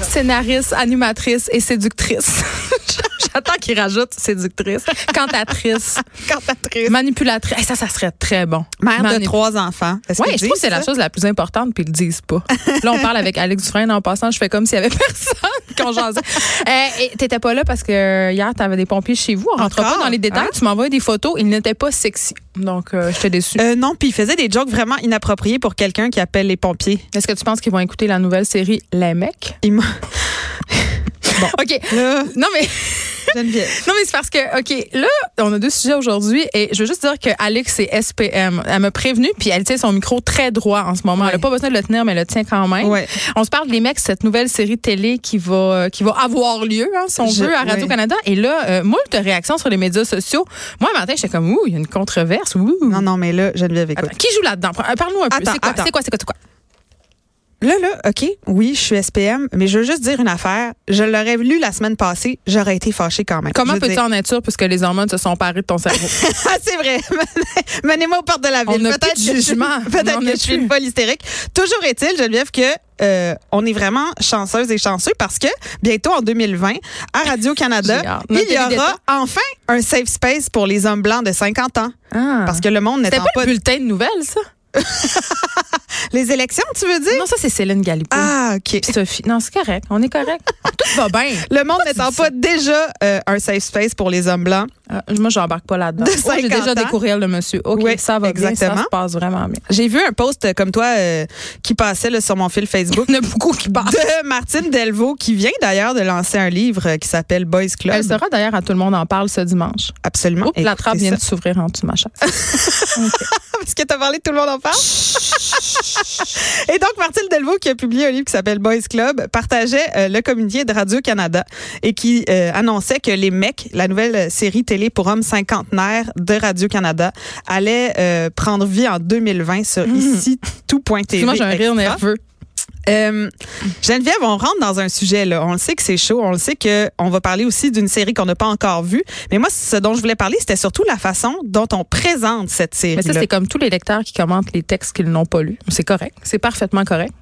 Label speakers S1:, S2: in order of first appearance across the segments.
S1: Scénariste, animatrice et séductrice. J'attends qu'il rajoute séductrice, cantatrice,
S2: Cantatrice.
S1: manipulatrice. Hey, ça, ça serait très bon.
S2: Mère de
S1: Manip-
S2: trois enfants. Est-ce
S1: Ouais,
S2: qu'ils
S1: je trouve que
S2: disent
S1: c'est la
S2: ça?
S1: chose la plus importante, puis ils le disent pas. Là, on parle avec Alex Dufresne en passant, je fais comme s'il y avait personne qu'on jasait. Euh, et T'étais pas là parce que hier, t'avais des pompiers chez vous. On rentre
S2: Encore? Hein?
S1: pas dans les détails. Tu m'envoies des photos. Ils n'étaient pas sexy. Donc, euh, j'étais déçue.
S2: Euh, non, puis il faisait des jokes vraiment inappropriés pour quelqu'un qui appelle les pompiers.
S1: Est-ce que tu penses qu'ils vont écouter la nouvelle série Les mecs?
S2: Il m'a-
S1: Bon, OK.
S2: Là,
S1: Non, mais.
S2: Geneviève.
S1: Non, mais c'est parce que, OK, là, on a deux sujets aujourd'hui et je veux juste dire que Alex est SPM. Elle m'a prévenue, puis elle tient son micro très droit en ce moment. Elle n'a pas besoin de le tenir, mais elle le tient quand même.
S2: Ouais.
S1: On se parle des mecs, cette nouvelle série télé qui va, euh, qui va avoir lieu, hein, si on
S2: Je-
S1: veut, à Radio-Canada. Et là, euh, moult réactions sur les médias sociaux. Moi, un matin, j'étais comme, ouh, il y a une controverse. Ouh.
S2: Non, non, mais là, Geneviève, écoute.
S1: Attends, qui joue là-dedans? Pr- euh, Parle-nous un peu.
S2: Attends,
S1: C'est quoi,
S2: attends.
S1: c'est quoi, c'est quoi, c'est quoi?
S2: Là, là, OK, oui, je suis SPM, mais je veux juste dire une affaire. Je l'aurais lu la semaine passée, j'aurais été fâchée quand même.
S1: Comment
S2: Je veux
S1: peux-tu
S2: dire-
S1: en être sûr puisque les hormones se sont parées de ton cerveau?
S2: Ah, c'est vrai. Menez- Menez-moi aux portes de la ville.
S1: On n'a
S2: Peut-être
S1: plus de
S2: que je-
S1: jugement. On
S2: Peut-être
S1: en
S2: que
S1: a
S2: je suis
S1: plus.
S2: une folle hystérique. Toujours est-il, Geneviève, que euh, on est vraiment chanceuses et chanceux parce que bientôt en 2020, à
S1: J'ai
S2: Radio-Canada,
S1: hâte.
S2: il
S1: Notre
S2: y
S1: télé
S2: aura
S1: d'État.
S2: enfin un safe space pour les hommes blancs de 50 ans.
S1: Ah.
S2: Parce que le monde
S1: C'était
S2: n'étant
S1: pas
S2: pas...
S1: le bulletin de nouvelles, ça?
S2: Les élections, tu veux dire?
S1: Non, ça, c'est Céline Galipo.
S2: Ah, OK.
S1: Puis Sophie. Non, c'est correct. On est correct. Tout va bien.
S2: Le monde n'étant pas déjà euh, un safe space pour les hommes blancs,
S1: Euh, moi, j'embarque pas là-dedans.
S2: De
S1: Oh, j'ai
S2: 50
S1: déjà des
S2: ans.
S1: courriels de monsieur. OK,
S2: Oui,
S1: ça va bien.
S2: exactement.
S1: Ça se passe vraiment bien.
S2: J'ai vu un post euh, comme toi euh, qui passait là, sur mon fil Facebook
S1: Il y en a beaucoup qui parlent.
S2: de Martine Delvaux qui vient d'ailleurs de lancer un livre euh, qui s'appelle Boys Club.
S1: Elle sera d'ailleurs à Tout le monde en parle ce dimanche.
S2: Absolument.
S1: Oups, la
S2: Écoutez
S1: trappe vient
S2: ça.
S1: de s'ouvrir en dessous de ma chaise.
S2: Parce que t'as parlé de tout le monde
S1: Ah!
S2: en parle. Et donc, Martine Delvaux, qui a publié un livre qui s'appelle Boys Club, partageait euh, le communiqué de Radio-Canada et qui euh, annonçait que Les Mecs, la nouvelle série télé pour hommes cinquantenaires de Radio-Canada, allait euh, prendre vie en 2020 sur ici tout.tv.
S1: Moi, Mmh. j'ai un rire
S2: Extra.
S1: nerveux.
S2: Euh, Geneviève, on rentre dans un sujet là. On le sait que c'est chaud, on le sait que on va parler aussi d'une série qu'on n'a pas encore vue. Mais moi, ce dont je voulais parler, c'était surtout la façon dont on présente cette série.
S1: Mais ça, c'est comme tous les lecteurs qui commentent les textes qu'ils n'ont pas lus. C'est correct. C'est parfaitement correct.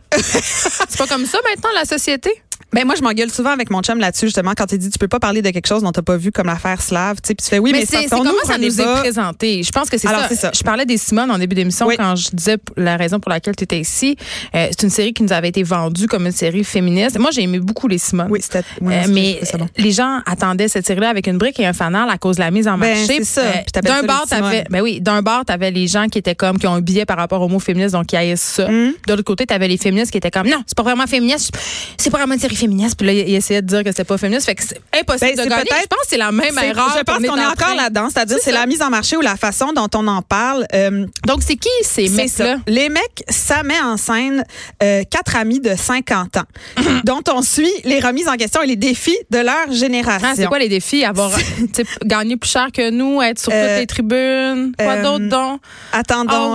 S1: c'est pas comme ça maintenant, la société?
S2: Ben moi, je m'engueule souvent avec mon chum là-dessus justement quand il dit tu peux pas parler de quelque chose dont t'as pas vu comme l'affaire slave. Tu sais, puis tu fais oui, mais,
S1: mais
S2: c'est
S1: c'est
S2: parce
S1: c'est
S2: qu'on
S1: comment
S2: ouvre
S1: ça
S2: un
S1: nous est
S2: débat.
S1: présenté. Je pense que c'est
S2: Alors,
S1: ça.
S2: c'est ça.
S1: Je parlais des Simone en début d'émission
S2: Oui.
S1: quand je disais p- la raison pour laquelle tu étais ici. Euh, c'est une série qui nous avait été vendue comme une série féministe. Moi, j'ai aimé beaucoup les Simone.
S2: Oui, c'était. oui,
S1: Euh,
S2: excuse,
S1: mais
S2: c'est ça, bon.
S1: les gens attendaient cette série-là avec une brique et un fanal à cause de la mise en
S2: Ben,
S1: marché. Euh,
S2: c'est ça. Puis t'appelles
S1: d'un
S2: ça
S1: bord,
S2: les
S1: t'avais,
S2: Simones.
S1: ben oui, d'un bord, t'avais les gens qui étaient comme, qui ont un billet par rapport au mot féministe, donc qui haïssent ça.
S2: Hmm.
S1: De l'autre côté, t'avais les féministes qui étaient comme, non, c'est pas vraiment féministe, c'est pas vraiment une série féministe. Puis là, ils essayaient de dire que c'était pas féministe. Fait que c'est impossible
S2: Ben, c'est
S1: de gagner.
S2: peut-être-
S1: Je pense que c'est la même
S2: C'est-
S1: erreur.
S2: je pense qu'on est,
S1: en train-
S2: encore là-dedans, c'est-à-dire c'est la mise en marché ou la façon dont on en parle. Euh,
S1: Donc, c'est qui ces
S2: C'est
S1: mecs-là?
S2: ça. Les mecs, ça met en scène euh, quatre amis de 50 ans,
S1: Mhm.
S2: dont on suit les remises en question et les défis de leur génération.
S1: Ah, c'est quoi les défis? Avoir tu sais, gagné plus cher que nous, être sur
S2: Euh,
S1: toutes les tribunes, quoi
S2: euh,
S1: d'autre donc?
S2: Attendons,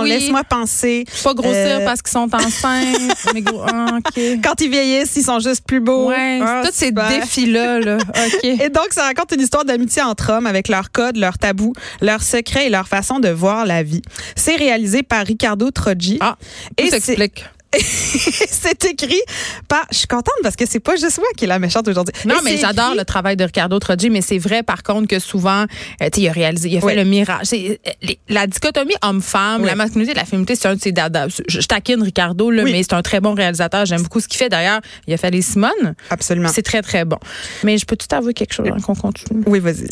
S1: Ah oui.
S2: laisse-moi penser.
S1: Pas grossir
S2: euh,
S1: parce qu'ils sont enceintes. mais gros, ah, OK.
S2: Quand ils vieillissent, ils sont juste plus beaux.
S1: Ouais,
S2: Ah,
S1: tous ces
S2: super.
S1: défis-là, là. OK.
S2: Et donc, ça raconte une histoire d'amitié entre hommes avec leurs codes, leurs tabous, leurs secrets et leur façon de voir la vie. C'est réalisé par Ricardo Troggi.
S1: Ah,
S2: Et
S1: Tout
S2: c'est-
S1: s'explique.
S2: c'est écrit par... Je suis contente parce que c'est pas juste moi qui est la méchante aujourd'hui.
S1: Non,
S2: Et
S1: mais
S2: c'est
S1: j'adore
S2: écrit-
S1: le travail de Ricardo Troggi, mais c'est vrai, par contre, que souvent, euh, tu sais, il a réalisé, il a fait
S2: Oui.
S1: le mirage. C'est, euh, les- la dichotomie homme-femme,
S2: Oui.
S1: la masculinité et la féminité, c'est un de ses dada. Je, je taquine Ricardo, là,
S2: Oui.
S1: mais c'est un très bon réalisateur. J'aime beaucoup ce qu'il fait. D'ailleurs, il a fait les Simone.
S2: Absolument.
S1: C'est très, très bon. Mais je peux tout avouer quelque chose avant qu'on continue.
S2: Oui, vas-y.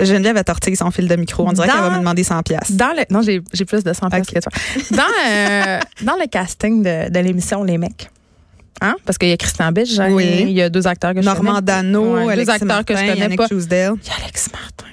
S2: Geneviève a tortillé son fil de micro. On dirait
S1: Dans-
S2: qu'elle va me demander 100 pièces.
S1: Dans le, non, j'ai j'ai plus de 100 piastres que
S2: Ok.
S1: toi. Dans, euh, dans le casting de, de l'émission Les Mecs, hein? parce qu'il y a Christian Bitch,
S2: Oui.
S1: il y a deux acteurs que je connais.
S2: Normand Dano,
S1: Ouais,
S2: Alex
S1: deux acteurs que je
S2: Martin,
S1: connais
S2: Yannick
S1: pas.
S2: Ah, Chousdale.
S1: Il y a Alex Martin.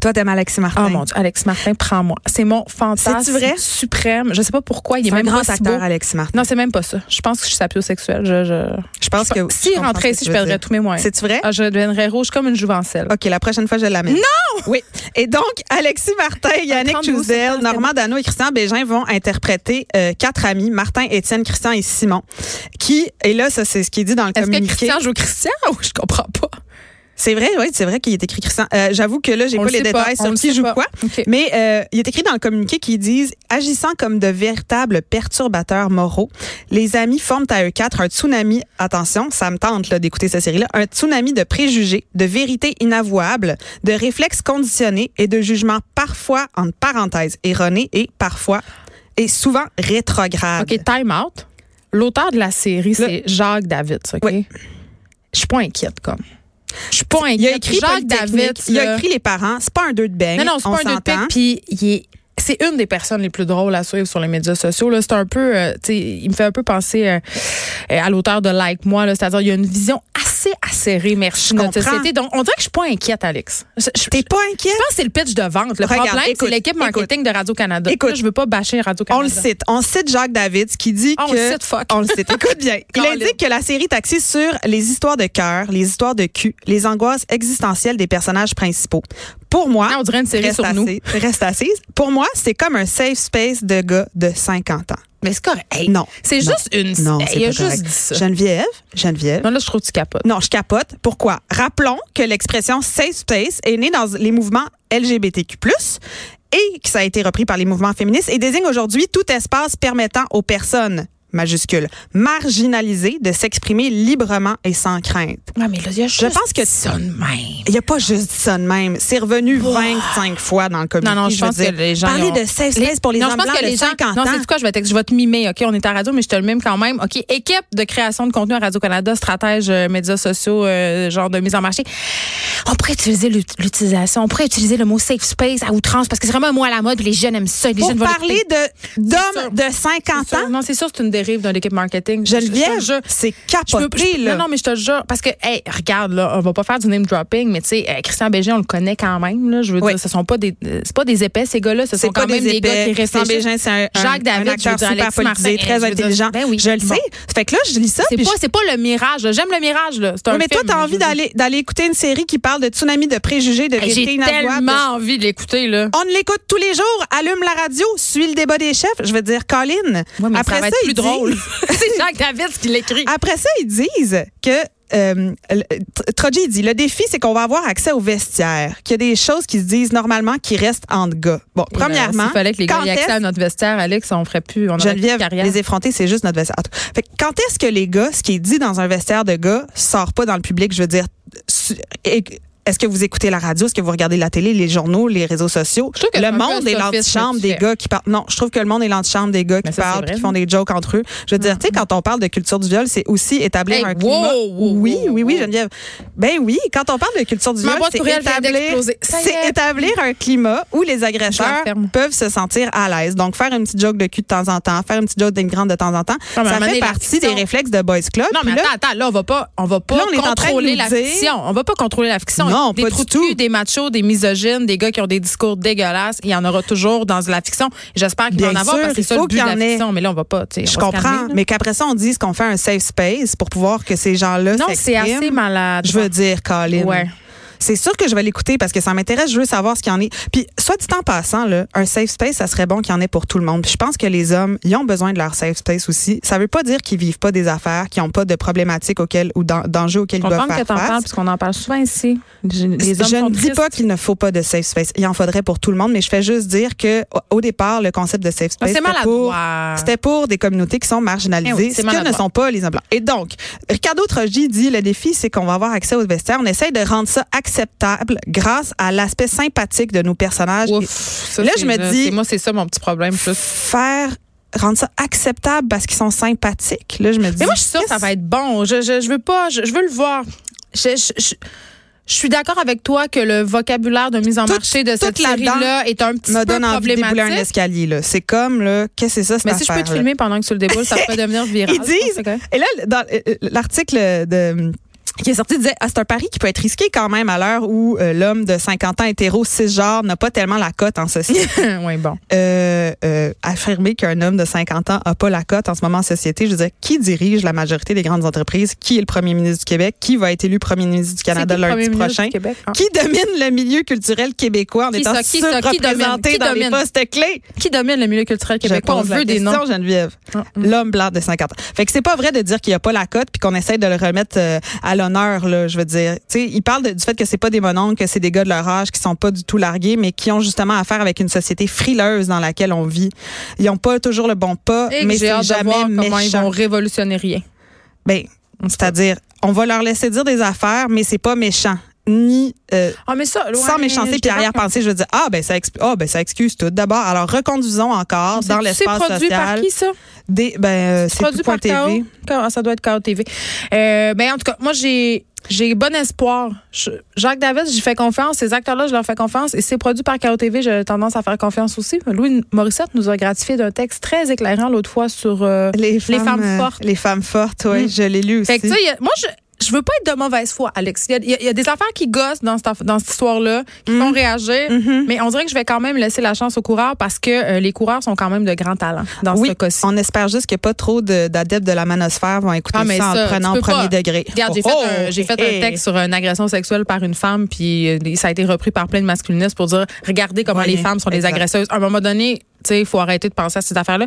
S2: Toi, t'aimes Alexis Martin.
S1: Oh mon Dieu, Alex Martin, prends-moi. C'est mon fantasme
S2: C'est-tu vrai?
S1: suprême. Je sais pas pourquoi. Il est,
S2: C'est un
S1: même
S2: grand
S1: pas si beau.
S2: acteur, Alexis Martin.
S1: Non, c'est même pas ça. Je pense que je suis sapiosexuelle. Je, je...
S2: Je pense que.
S1: Si
S2: je comprends
S1: rentrait
S2: ce
S1: ici, je
S2: que tu veux
S1: perdrais
S2: dire.
S1: tous mes moyens.
S2: C'est-tu vrai?
S1: Ah, je deviendrais rouge comme une jouvencelle.
S2: OK, la prochaine fois, je l'amène. Non! Oui. Et donc, Alexis Martin, Yannick
S1: Apprends-nous,
S2: Jouzel,
S1: c'est pas
S2: Normand Dano et Christian Bégin vont interpréter euh, quatre amis, Martin, Étienne, Christian et Simon, qui, et là, ça, c'est ce qui est dit dans le
S1: Est-ce que
S2: communiqué.
S1: Christian joue Christian ou je comprends pas?
S2: C'est vrai, oui, c'est vrai qu'il est écrit Christian. Euh, J'avoue que là, j'ai
S1: On
S2: pas
S1: le
S2: les
S1: sait pas,
S2: détails
S1: on
S2: sur
S1: le
S2: qui
S1: sait
S2: joue
S1: pas.
S2: quoi.
S1: OK.
S2: Mais euh, il est écrit dans le communiqué qu'ils disent agissant comme de véritables perturbateurs moraux, les amis forment à eux quatre un tsunami. Attention, ça me tente là, d'écouter cette série-là. Un tsunami de préjugés, de vérités inavouables, de réflexes conditionnés et de jugements parfois entre parenthèses erronés et parfois et souvent rétrogrades.
S1: OK, time out. L'auteur de la série, c'est Jacques David, OK?
S2: Oui.
S1: Je suis pas inquiète, comme. Je suis pas inquiète.
S2: Il a écrit
S1: Jacques David.
S2: Polytechnique, il a
S1: là-
S2: écrit les parents. C'est pas un deux de beigne.
S1: Non, non, c'est
S2: on
S1: pas un deux de
S2: s'entend.
S1: pique, puis il est- C'est une des personnes les plus drôles à suivre sur les médias sociaux. là. C'est un peu, euh, tu sais, il me fait un peu penser euh, euh, à l'auteur de Like Moi. là. C'est-à-dire, il y a une vision assez acérée, merci, de notre
S2: comprends.
S1: société. Donc, on dirait que je suis pas inquiète, Alex. Je, je-
S2: T'es pas inquiet?
S1: je pense que c'est le pitch de vente. Le
S2: Regarde,
S1: problème,
S2: écoute,
S1: c'est l'équipe marketing de Radio-Canada.
S2: Écoute.
S1: Là, je veux pas bâcher
S2: On
S1: Radio-Canada.
S2: le cite. On cite Jacques David qui dit
S1: Ah, on
S2: que.
S1: le cite, fuck.
S2: On le cite. Écoute bien. Il
S1: Colin.
S2: indique que la série est axée sur les histoires de cœur, les histoires de cul, les angoisses existentielles des personnages principaux. Pour moi.
S1: Ah, on dirait une série
S2: reste
S1: sur nous.
S2: assise- Reste assise. Pour moi, c'est comme un safe space de gars de 50 ans.
S1: Mais c'est correct. Hey,
S2: Non.
S1: C'est
S2: Non.
S1: juste une.
S2: Non,
S1: Hey,
S2: c'est
S1: il a
S2: pas
S1: juste
S2: correct.
S1: dit ça.
S2: Geneviève, Geneviève.
S1: Non, là, je trouve que tu capotes.
S2: Non, je capote. Pourquoi? Rappelons que l'expression safe space est née dans les mouvements LGBTQ+, et que ça a été repris par les mouvements féministes et désigne aujourd'hui tout espace permettant aux personnes majuscules marginalisées de s'exprimer librement et sans crainte.
S1: Ah, mais là, il y a juste
S2: pense que-
S1: dit ça de même.
S2: Il n'y a pas juste dit ça de même. C'est revenu 25 fois dans le communiqué.
S1: Non, non, je,
S2: veux
S1: pense
S2: dire.
S1: que les gens.
S2: Parler
S1: ils ont-
S2: de safe space pour les
S1: non,
S2: hommes
S1: je pense
S2: blancs
S1: que les
S2: de
S1: gens.
S2: 50
S1: Non,
S2: ans.
S1: c'est quoi? Je vais, te- je vais te mimer, OK? On est à radio, mais je te le mime quand même. OK? Équipe de création de contenu à Radio-Canada, stratège, euh, médias sociaux, euh, genre de mise en marché. On pourrait utiliser l'ut- l'utilisation, on pourrait utiliser le mot safe space à outrance parce que c'est vraiment un mot à la mode, puis les jeunes aiment ça. Les
S2: Pour
S1: jeunes vont
S2: parler
S1: l'écouter.
S2: de-
S1: sûr.
S2: d'hommes de 50
S1: C'est sûr.
S2: ans,
S1: Non, c'est sûr, c'est une dérive d'un équipe marketing. Je- je- je- je-
S2: Geneviève, c'est
S1: Je peux-
S2: capoté,
S1: je-
S2: là.
S1: Non, non, mais je te le jure. Parce que, hey, regarde, là, on va pas faire du name dropping, mais tu sais, euh, Christian Bégin, on le connaît quand même, là. Je veux
S2: Oui.
S1: dire, ce sont pas des, euh, c'est pas des épais, ces gars-là. Ce
S2: C'est
S1: sont
S2: pas
S1: quand même
S2: des
S1: des
S2: épais.
S1: gars qui
S2: Christian
S1: réfléchissent.
S2: Bégin, c'est un, un-
S1: Jacques David,
S2: un
S1: je veux
S2: acteur
S1: dire,
S2: super
S1: Alexis Martin,
S2: politisé,
S1: je
S2: très
S1: veux dire,
S2: intelligent.
S1: ben oui,
S2: je le
S1: bon.
S2: sais. Fait que là, je lis ça.
S1: C'est
S2: puis
S1: pas,
S2: je-
S1: c'est pas le mirage, là. J'aime le mirage, là. C'est un
S2: Oui, mais toi,
S1: film,
S2: t'as
S1: je
S2: envie
S1: veux dire.
S2: d'aller d'aller écouter une série qui parle de tsunami, de préjugés, de
S1: Hey,
S2: vérité
S1: J'ai
S2: inavouable.
S1: tellement envie de l'écouter, là.
S2: On l'écoute tous les jours, allume la radio, suit le débat des chefs. Je veux dire, Colin.
S1: Ouais, mais
S2: après
S1: ça va être
S2: ça, Ah,
S1: plus
S2: ils
S1: drôle.
S2: disent-
S1: c'est Jacques David qui l'écrit.
S2: Après ça, ils disent que. Euh, le- Tr- Troji il dit le défi c'est qu'on va avoir accès aux vestiaires, qu'il y a des choses qui se disent normalment qui restent entre gars. Bon, premièrement,
S1: il Eh ben, fallait que les gars
S2: quand
S1: aient accès
S2: est-ce-
S1: à notre vestiaire, Alex, on ferait plus, on aurait plus de
S2: Geneviève,
S1: carrière.
S2: les effrontés, c'est juste notre vestiaire. En tout cas, Fait que quand est-ce que les gars, ce qui est dit dans un vestiaire de gars, sort pas dans le public? Je veux dire, su- et- est-ce que vous écoutez la radio? Est-ce que vous regardez la télé, les journaux, les réseaux sociaux?
S1: Je trouve que c'est
S2: le
S1: un peu
S2: monde
S1: un
S2: est
S1: sophisme que
S2: l'antichambre
S1: tu
S2: des
S1: fais.
S2: gars qui parlent. Non, je trouve que le monde est l'antichambre des gars qui
S1: Mais ça, c'est
S2: parlent,
S1: vrai, hein.
S2: qui font des jokes entre eux. Je veux dire, tu sais, quand on parle de culture du viol, c'est aussi établir
S1: Hey,
S2: un
S1: wow,
S2: climat.
S1: wow,
S2: oui,
S1: wow,
S2: oui, oui,
S1: wow.
S2: Geneviève. Ben oui, quand on parle de culture du
S1: Ma
S2: viol,
S1: boîte
S2: c'est
S1: courriel vient
S2: établir,
S1: d'exploser. Ça y
S2: c'est
S1: est.
S2: établir un climat où les agresseurs
S1: ferme.
S2: peuvent se sentir à l'aise. Donc, faire une petite joke de cul de temps en temps, faire une petite joke d'immigrante de temps en temps,
S1: Non, mais à un
S2: ça
S1: moment
S2: fait
S1: donné, la
S2: partie
S1: fiction-
S2: des réflexes de Boys Club.
S1: Non, mais
S2: Ah, Puis là,
S1: attends, attends, là, on va pas, on va pas
S2: Là, on est en train de
S1: contrôler
S2: nous
S1: la
S2: dire-
S1: fiction. On va pas contrôler la fiction.
S2: Non,
S1: des
S2: pas du
S1: trous de
S2: tout.
S1: cul, des machos, des misogynes, des gars qui ont des discours dégueulasses. Il y en aura toujours dans la fiction. J'espère qu'il va en
S2: Bien
S1: avoir
S2: sûr,
S1: parce que
S2: il
S1: c'est ça le
S2: faut
S1: but de
S2: qu'il y
S1: la
S2: en ait.
S1: fiction. Mais là, on va pas, tu sais,
S2: je
S1: on va se
S2: comprends,
S1: calmer, là.
S2: mais qu'après ça, on dise qu'on fait un safe space pour pouvoir que ces gens-là
S1: Non, c'est
S2: s'expriment.
S1: assez malade.
S2: Je veux dire, Colin.
S1: Ouais.
S2: C'est sûr que je vais l'écouter parce que ça m'intéresse. Je veux savoir ce qu'il y en est. Puis, soit dit en passant, là, un safe space, ça serait bon qu'il y en ait pour tout le monde. Puis, je pense que les hommes, ils ont besoin de leur safe space aussi. Ça veut pas dire qu'ils vivent pas des affaires, qu'ils ont pas de problématiques auxquelles, ou d'en- d'enjeux auxquels ils doivent
S1: Contente que
S2: faire
S1: t'en
S2: face.
S1: parles parce qu'on en parle souvent ici. Je- Les hommes
S2: je
S1: sont
S2: ne dis
S1: tristes.
S2: pas qu'il ne faut pas de safe space. Il en faudrait pour tout le monde, mais je fais juste dire que au- au départ, le concept de
S1: Ah,
S2: safe space
S1: C'est
S2: c'était pour,
S1: maladroit.
S2: c'était pour des communautés qui sont marginalisées,
S1: Eh oui, c'est
S2: ce que
S1: maladroit.
S2: ne sont pas les hommes blancs. Et donc, Ricardo Trogi dit le défi, c'est qu'on va avoir accès aux vestiaires. On essaye de rendre ça acceptable grâce à l'aspect sympathique de nos personnages.
S1: Ouf,
S2: Et
S1: ça,
S2: Là,
S1: c'est-
S2: je me dis-
S1: c'est- Moi, c'est ça mon petit problème. plus.
S2: Faire rendre ça acceptable parce qu'ils sont sympathiques. Là, je me dis.
S1: Mais moi, je suis sûre que ça va être bon. Je, je, je veux pas, je, je veux le voir. Je, je, je- je suis d'accord avec toi que le vocabulaire de mise en
S2: Tout-
S1: marché de cette
S2: tout là-dedans
S1: série-là est un petit
S2: me
S1: peu
S2: donne envie de débouler un
S1: problématique.
S2: escalier. là. C'est comme là, qu'est-ce que c'est ça cette
S1: Mais si je peux te
S2: affaire-là?
S1: filmer pendant que tu le déboules, ça pourrait devenir viral.
S2: Ils disent-
S1: Je pense que c'est correct.
S2: Et là, dans euh, l'article euh, de qui est sorti disait ah, c'est un pari qui peut être risqué quand même à l'heure où euh, l'homme de 50 ans hétéro cisgenre n'a pas tellement la cote en société.
S1: oui, bon.
S2: Euh, euh, affirmer qu'un homme de 50 ans n'a pas la cote en ce moment en société, je veux dire, qui dirige la majorité des grandes entreprises? Qui est le premier ministre du Québec? Qui va être élu premier ministre du Canada
S1: C'est qui le
S2: lundi
S1: premier ministre
S2: prochain?
S1: du Québec? Ah.
S2: Qui domine le milieu culturel québécois en
S1: Qui
S2: étant
S1: ça, qui ça, qui domine?
S2: surreprésenté
S1: Qui
S2: dans les
S1: domine?
S2: postes clés?
S1: Qui domine le milieu culturel québécois?
S2: Je
S1: On
S2: pose la
S1: veut des
S2: question, Ah.
S1: noms.
S2: Geneviève.
S1: Mm-hmm.
S2: L'homme blanc de 50 ans. Fait que c'est pas vrai de dire qu'il n'y a pas la cote puis qu'on essaie de le remettre euh, à l'honneur là, je veux dire. Tu sais, il parle de- du fait que c'est pas des mononcles, que c'est des gars de leur âge qui sont pas du tout largués mais qui ont justement affaire avec une société frileuse dans laquelle on vit. Ils ont pas toujours le bon pas,
S1: Et que
S2: mais
S1: j'ai
S2: c'est
S1: hâte de voir
S2: jamais
S1: comment ils
S2: méchant.
S1: vont révolutionner rien.
S2: Ben, c'est-à-dire on va leur laisser dire des affaires mais c'est pas méchant ni euh,
S1: Ah, mais ça,
S2: sans
S1: ouais,
S2: méchanceté
S1: je
S2: puis
S1: débarque.
S2: arrière-pensée, je veux dire ah ben ça exp- ah ben ça excuse tout. D'abord, alors reconduisons encore dans
S1: C'est
S2: l'espace
S1: produit par
S2: social.
S1: qui, ça?
S2: Des, ben, euh, c'est
S1: produit
S2: tout
S1: par
S2: point
S1: KO.
S2: TV.
S1: K- ah, Ça doit être KO TV. Euh, ben, en tout cas, moi, j'ai. J'ai bon espoir. Je- Jacques Davis, j'y fais confiance. Ces acteurs-là, je leur fais confiance. Et c'est produit par KO TV, j'ai tendance à faire confiance aussi. Louis Morissette nous a gratifié d'un texte très éclairant l'autre fois sur euh,
S2: Les
S1: femmes
S2: euh,
S1: fortes.
S2: Les femmes fortes, oui,
S1: Mm.
S2: je l'ai lu aussi.
S1: Fait que, tu sais, il y a- moi, je, je veux pas être de mauvaise foi, Alex. Il y a- il y, a- il y a des affaires qui gossent dans cette, aff- dans cette histoire-là, qui
S2: Mm-hmm.
S1: font réagir, mais on dirait que je vais quand même laisser la chance aux coureurs parce que euh, les coureurs sont quand même de grands talents dans
S2: oui,
S1: ce cas-ci.
S2: on espère juste que pas trop de- d'adeptes de, la manosphère vont écouter
S1: Ah, mais
S2: ça,
S1: ça,
S2: en prenant
S1: tu
S2: au
S1: peux
S2: premier
S1: pas.
S2: degré.
S1: Regarde, j'ai
S2: Oh,
S1: fait, un,
S2: oh,
S1: j'ai fait
S2: hey.
S1: un texte sur une agression sexuelle par une femme, puis euh, ça a été repris par plein de masculinistes pour dire regardez comment
S2: Voyez,
S1: les femmes sont des
S2: exact.
S1: agresseuses. À un moment donné, tu sais, il faut arrêter de penser à ces affaires-là.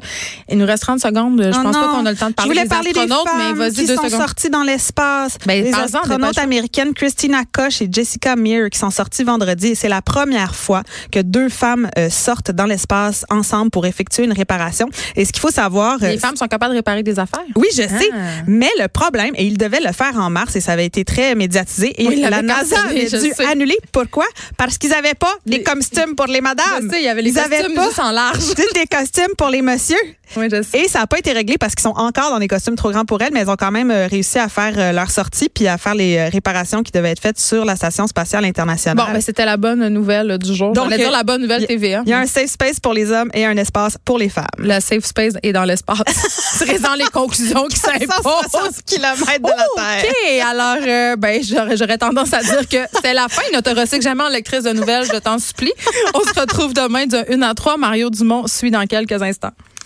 S1: Il nous reste 30 secondes. Je
S2: Oh
S1: pense pas
S2: non,
S1: qu'on a le temps de
S2: Je
S1: parler
S2: voulais
S1: des
S2: parler des femmes
S1: astronautes, mais vas-y
S2: qui
S1: deux
S2: sont
S1: secondes.
S2: sorties dans l'espace.
S1: Ben,
S2: les
S1: parle-en,
S2: astronautes
S1: dépêche-toi.
S2: américaines Christina Koch et Jessica Meir qui sont sorties vendredi. Et C'est la première fois que deux femmes euh, sortent dans l'espace ensemble pour effectuer une réparation. Et ce qu'il faut savoir, euh,
S1: Les femmes sont capables de réparer des affaires.
S2: Oui, je sais.
S1: Ah.
S2: Mais le problème, et il devait le faire en mars et ça avait été très médiatisé. Et
S1: Oui, il
S2: la
S1: l'avait
S2: NASA
S1: cancellé,
S2: avait
S1: je
S2: dû
S1: sais.
S2: annuler. Pourquoi? Parce qu'ils n'avaient pas des
S1: Les-
S2: costumes pour les madames.
S1: Je sais, il y avait les
S2: Ils avaient
S1: costumes
S2: pas
S1: juste en large.
S2: juste des costumes pour les messieurs.
S1: Oui, je sais.
S2: Et ça n'a pas été réglé parce qu'ils sont encore dans des costumes trop grands pour elles, mais elles ont quand même euh, réussi à faire euh, leur sortie puis à faire les euh, réparations qui devaient être faites sur la Station spatiale internationale.
S1: Bon, ben, c'était la bonne nouvelle euh, du jour.
S2: Donc,
S1: Donc, J'allais
S2: euh,
S1: dire la bonne nouvelle
S2: y-
S1: TVA.
S2: Il y a un safe space pour les hommes et un espace pour les femmes.
S1: La safe space est dans l'espace. C'est dans les conclusions qui s'imposent.
S2: 160 km de
S1: Oh,
S2: la Terre.
S1: OK, alors, euh, ben, j'aurais j'aurais tendance à dire que c'est la fin. Ne te recycle jamais en lectrice de nouvelles, je t'en supplie. On se retrouve demain de 1 à 3. Mario Dumont suit dans quelques instants.